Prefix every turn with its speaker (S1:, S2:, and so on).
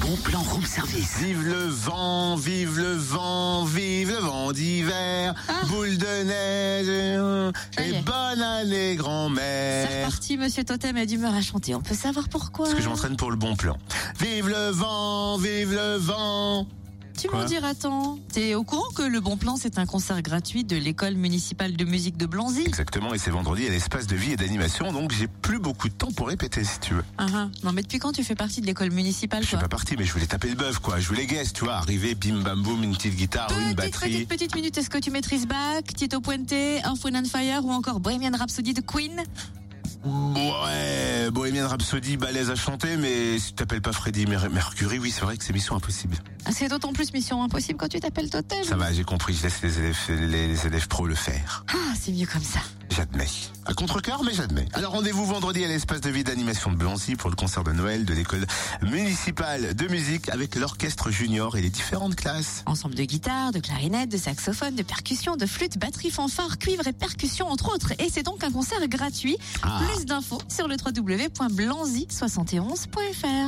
S1: bon plan room service.
S2: Vive le vent, vive le vent, vive le vent d'hiver,
S3: Ah.
S2: boule de neige, euh,
S3: Ça y
S2: et
S3: est.
S2: bonne année
S3: C'est
S2: grand-mère.
S3: reparti, monsieur Totem a d'humeur à chanter. On peut savoir pourquoi
S2: Parce que je m'entraîne pour le bon plan. Vive le vent, vive le vent.
S3: Tu
S2: Quoi
S3: m'en diras tant. T'es au courant que Le Bon Plan, c'est un concert gratuit de l'école municipale de musique de Blanzy
S2: Exactement, et c'est vendredi à l'espace de vie et d'animation, donc j'ai plus beaucoup de temps pour répéter si tu veux.
S3: Ah ah. Non, mais depuis quand tu fais partie de l'école municipale,
S2: Je suis
S3: toi
S2: pas parti, mais je voulais taper le bœuf, quoi. Je voulais guess, tu vois, arriver, bim bam boum, une petite guitare, une
S3: Petite,
S2: batterie.
S3: petite, petite minute. Est-ce que tu maîtrises Bach, Tito Puente, Un Fun and Fire ou encore Bohemian Rhapsody de Queen
S2: Ouais, Bohemian Rhapsody, balèze à chanter, mais si tu t'appelles pas Freddy Mer- Mercury, oui, c'est vrai que c'est mission impossible.
S3: Ah, C'est d'autant plus mission impossible quand tu t'appelles Totem.
S2: Ça va, j'ai compris, je laisse les élèves, les, les élèves pro le faire.
S3: Ah, c'est mieux comme ça.
S2: J'admets. À contre-cœur, mais j'admets. Alors rendez-vous vendredi à l'espace de vie d'animation de Blancy pour le concert de Noël de l'école municipale de musique avec l'orchestre junior et les différentes classes.
S3: Ensemble de guitare, de clarinette, de saxophone, de percussion, de flûte, batterie, fanfare, cuivre et percussion entre autres. Et c'est donc un concert gratuit.
S2: Ah.
S3: Plus d'infos sur le www.blanzy71.fr.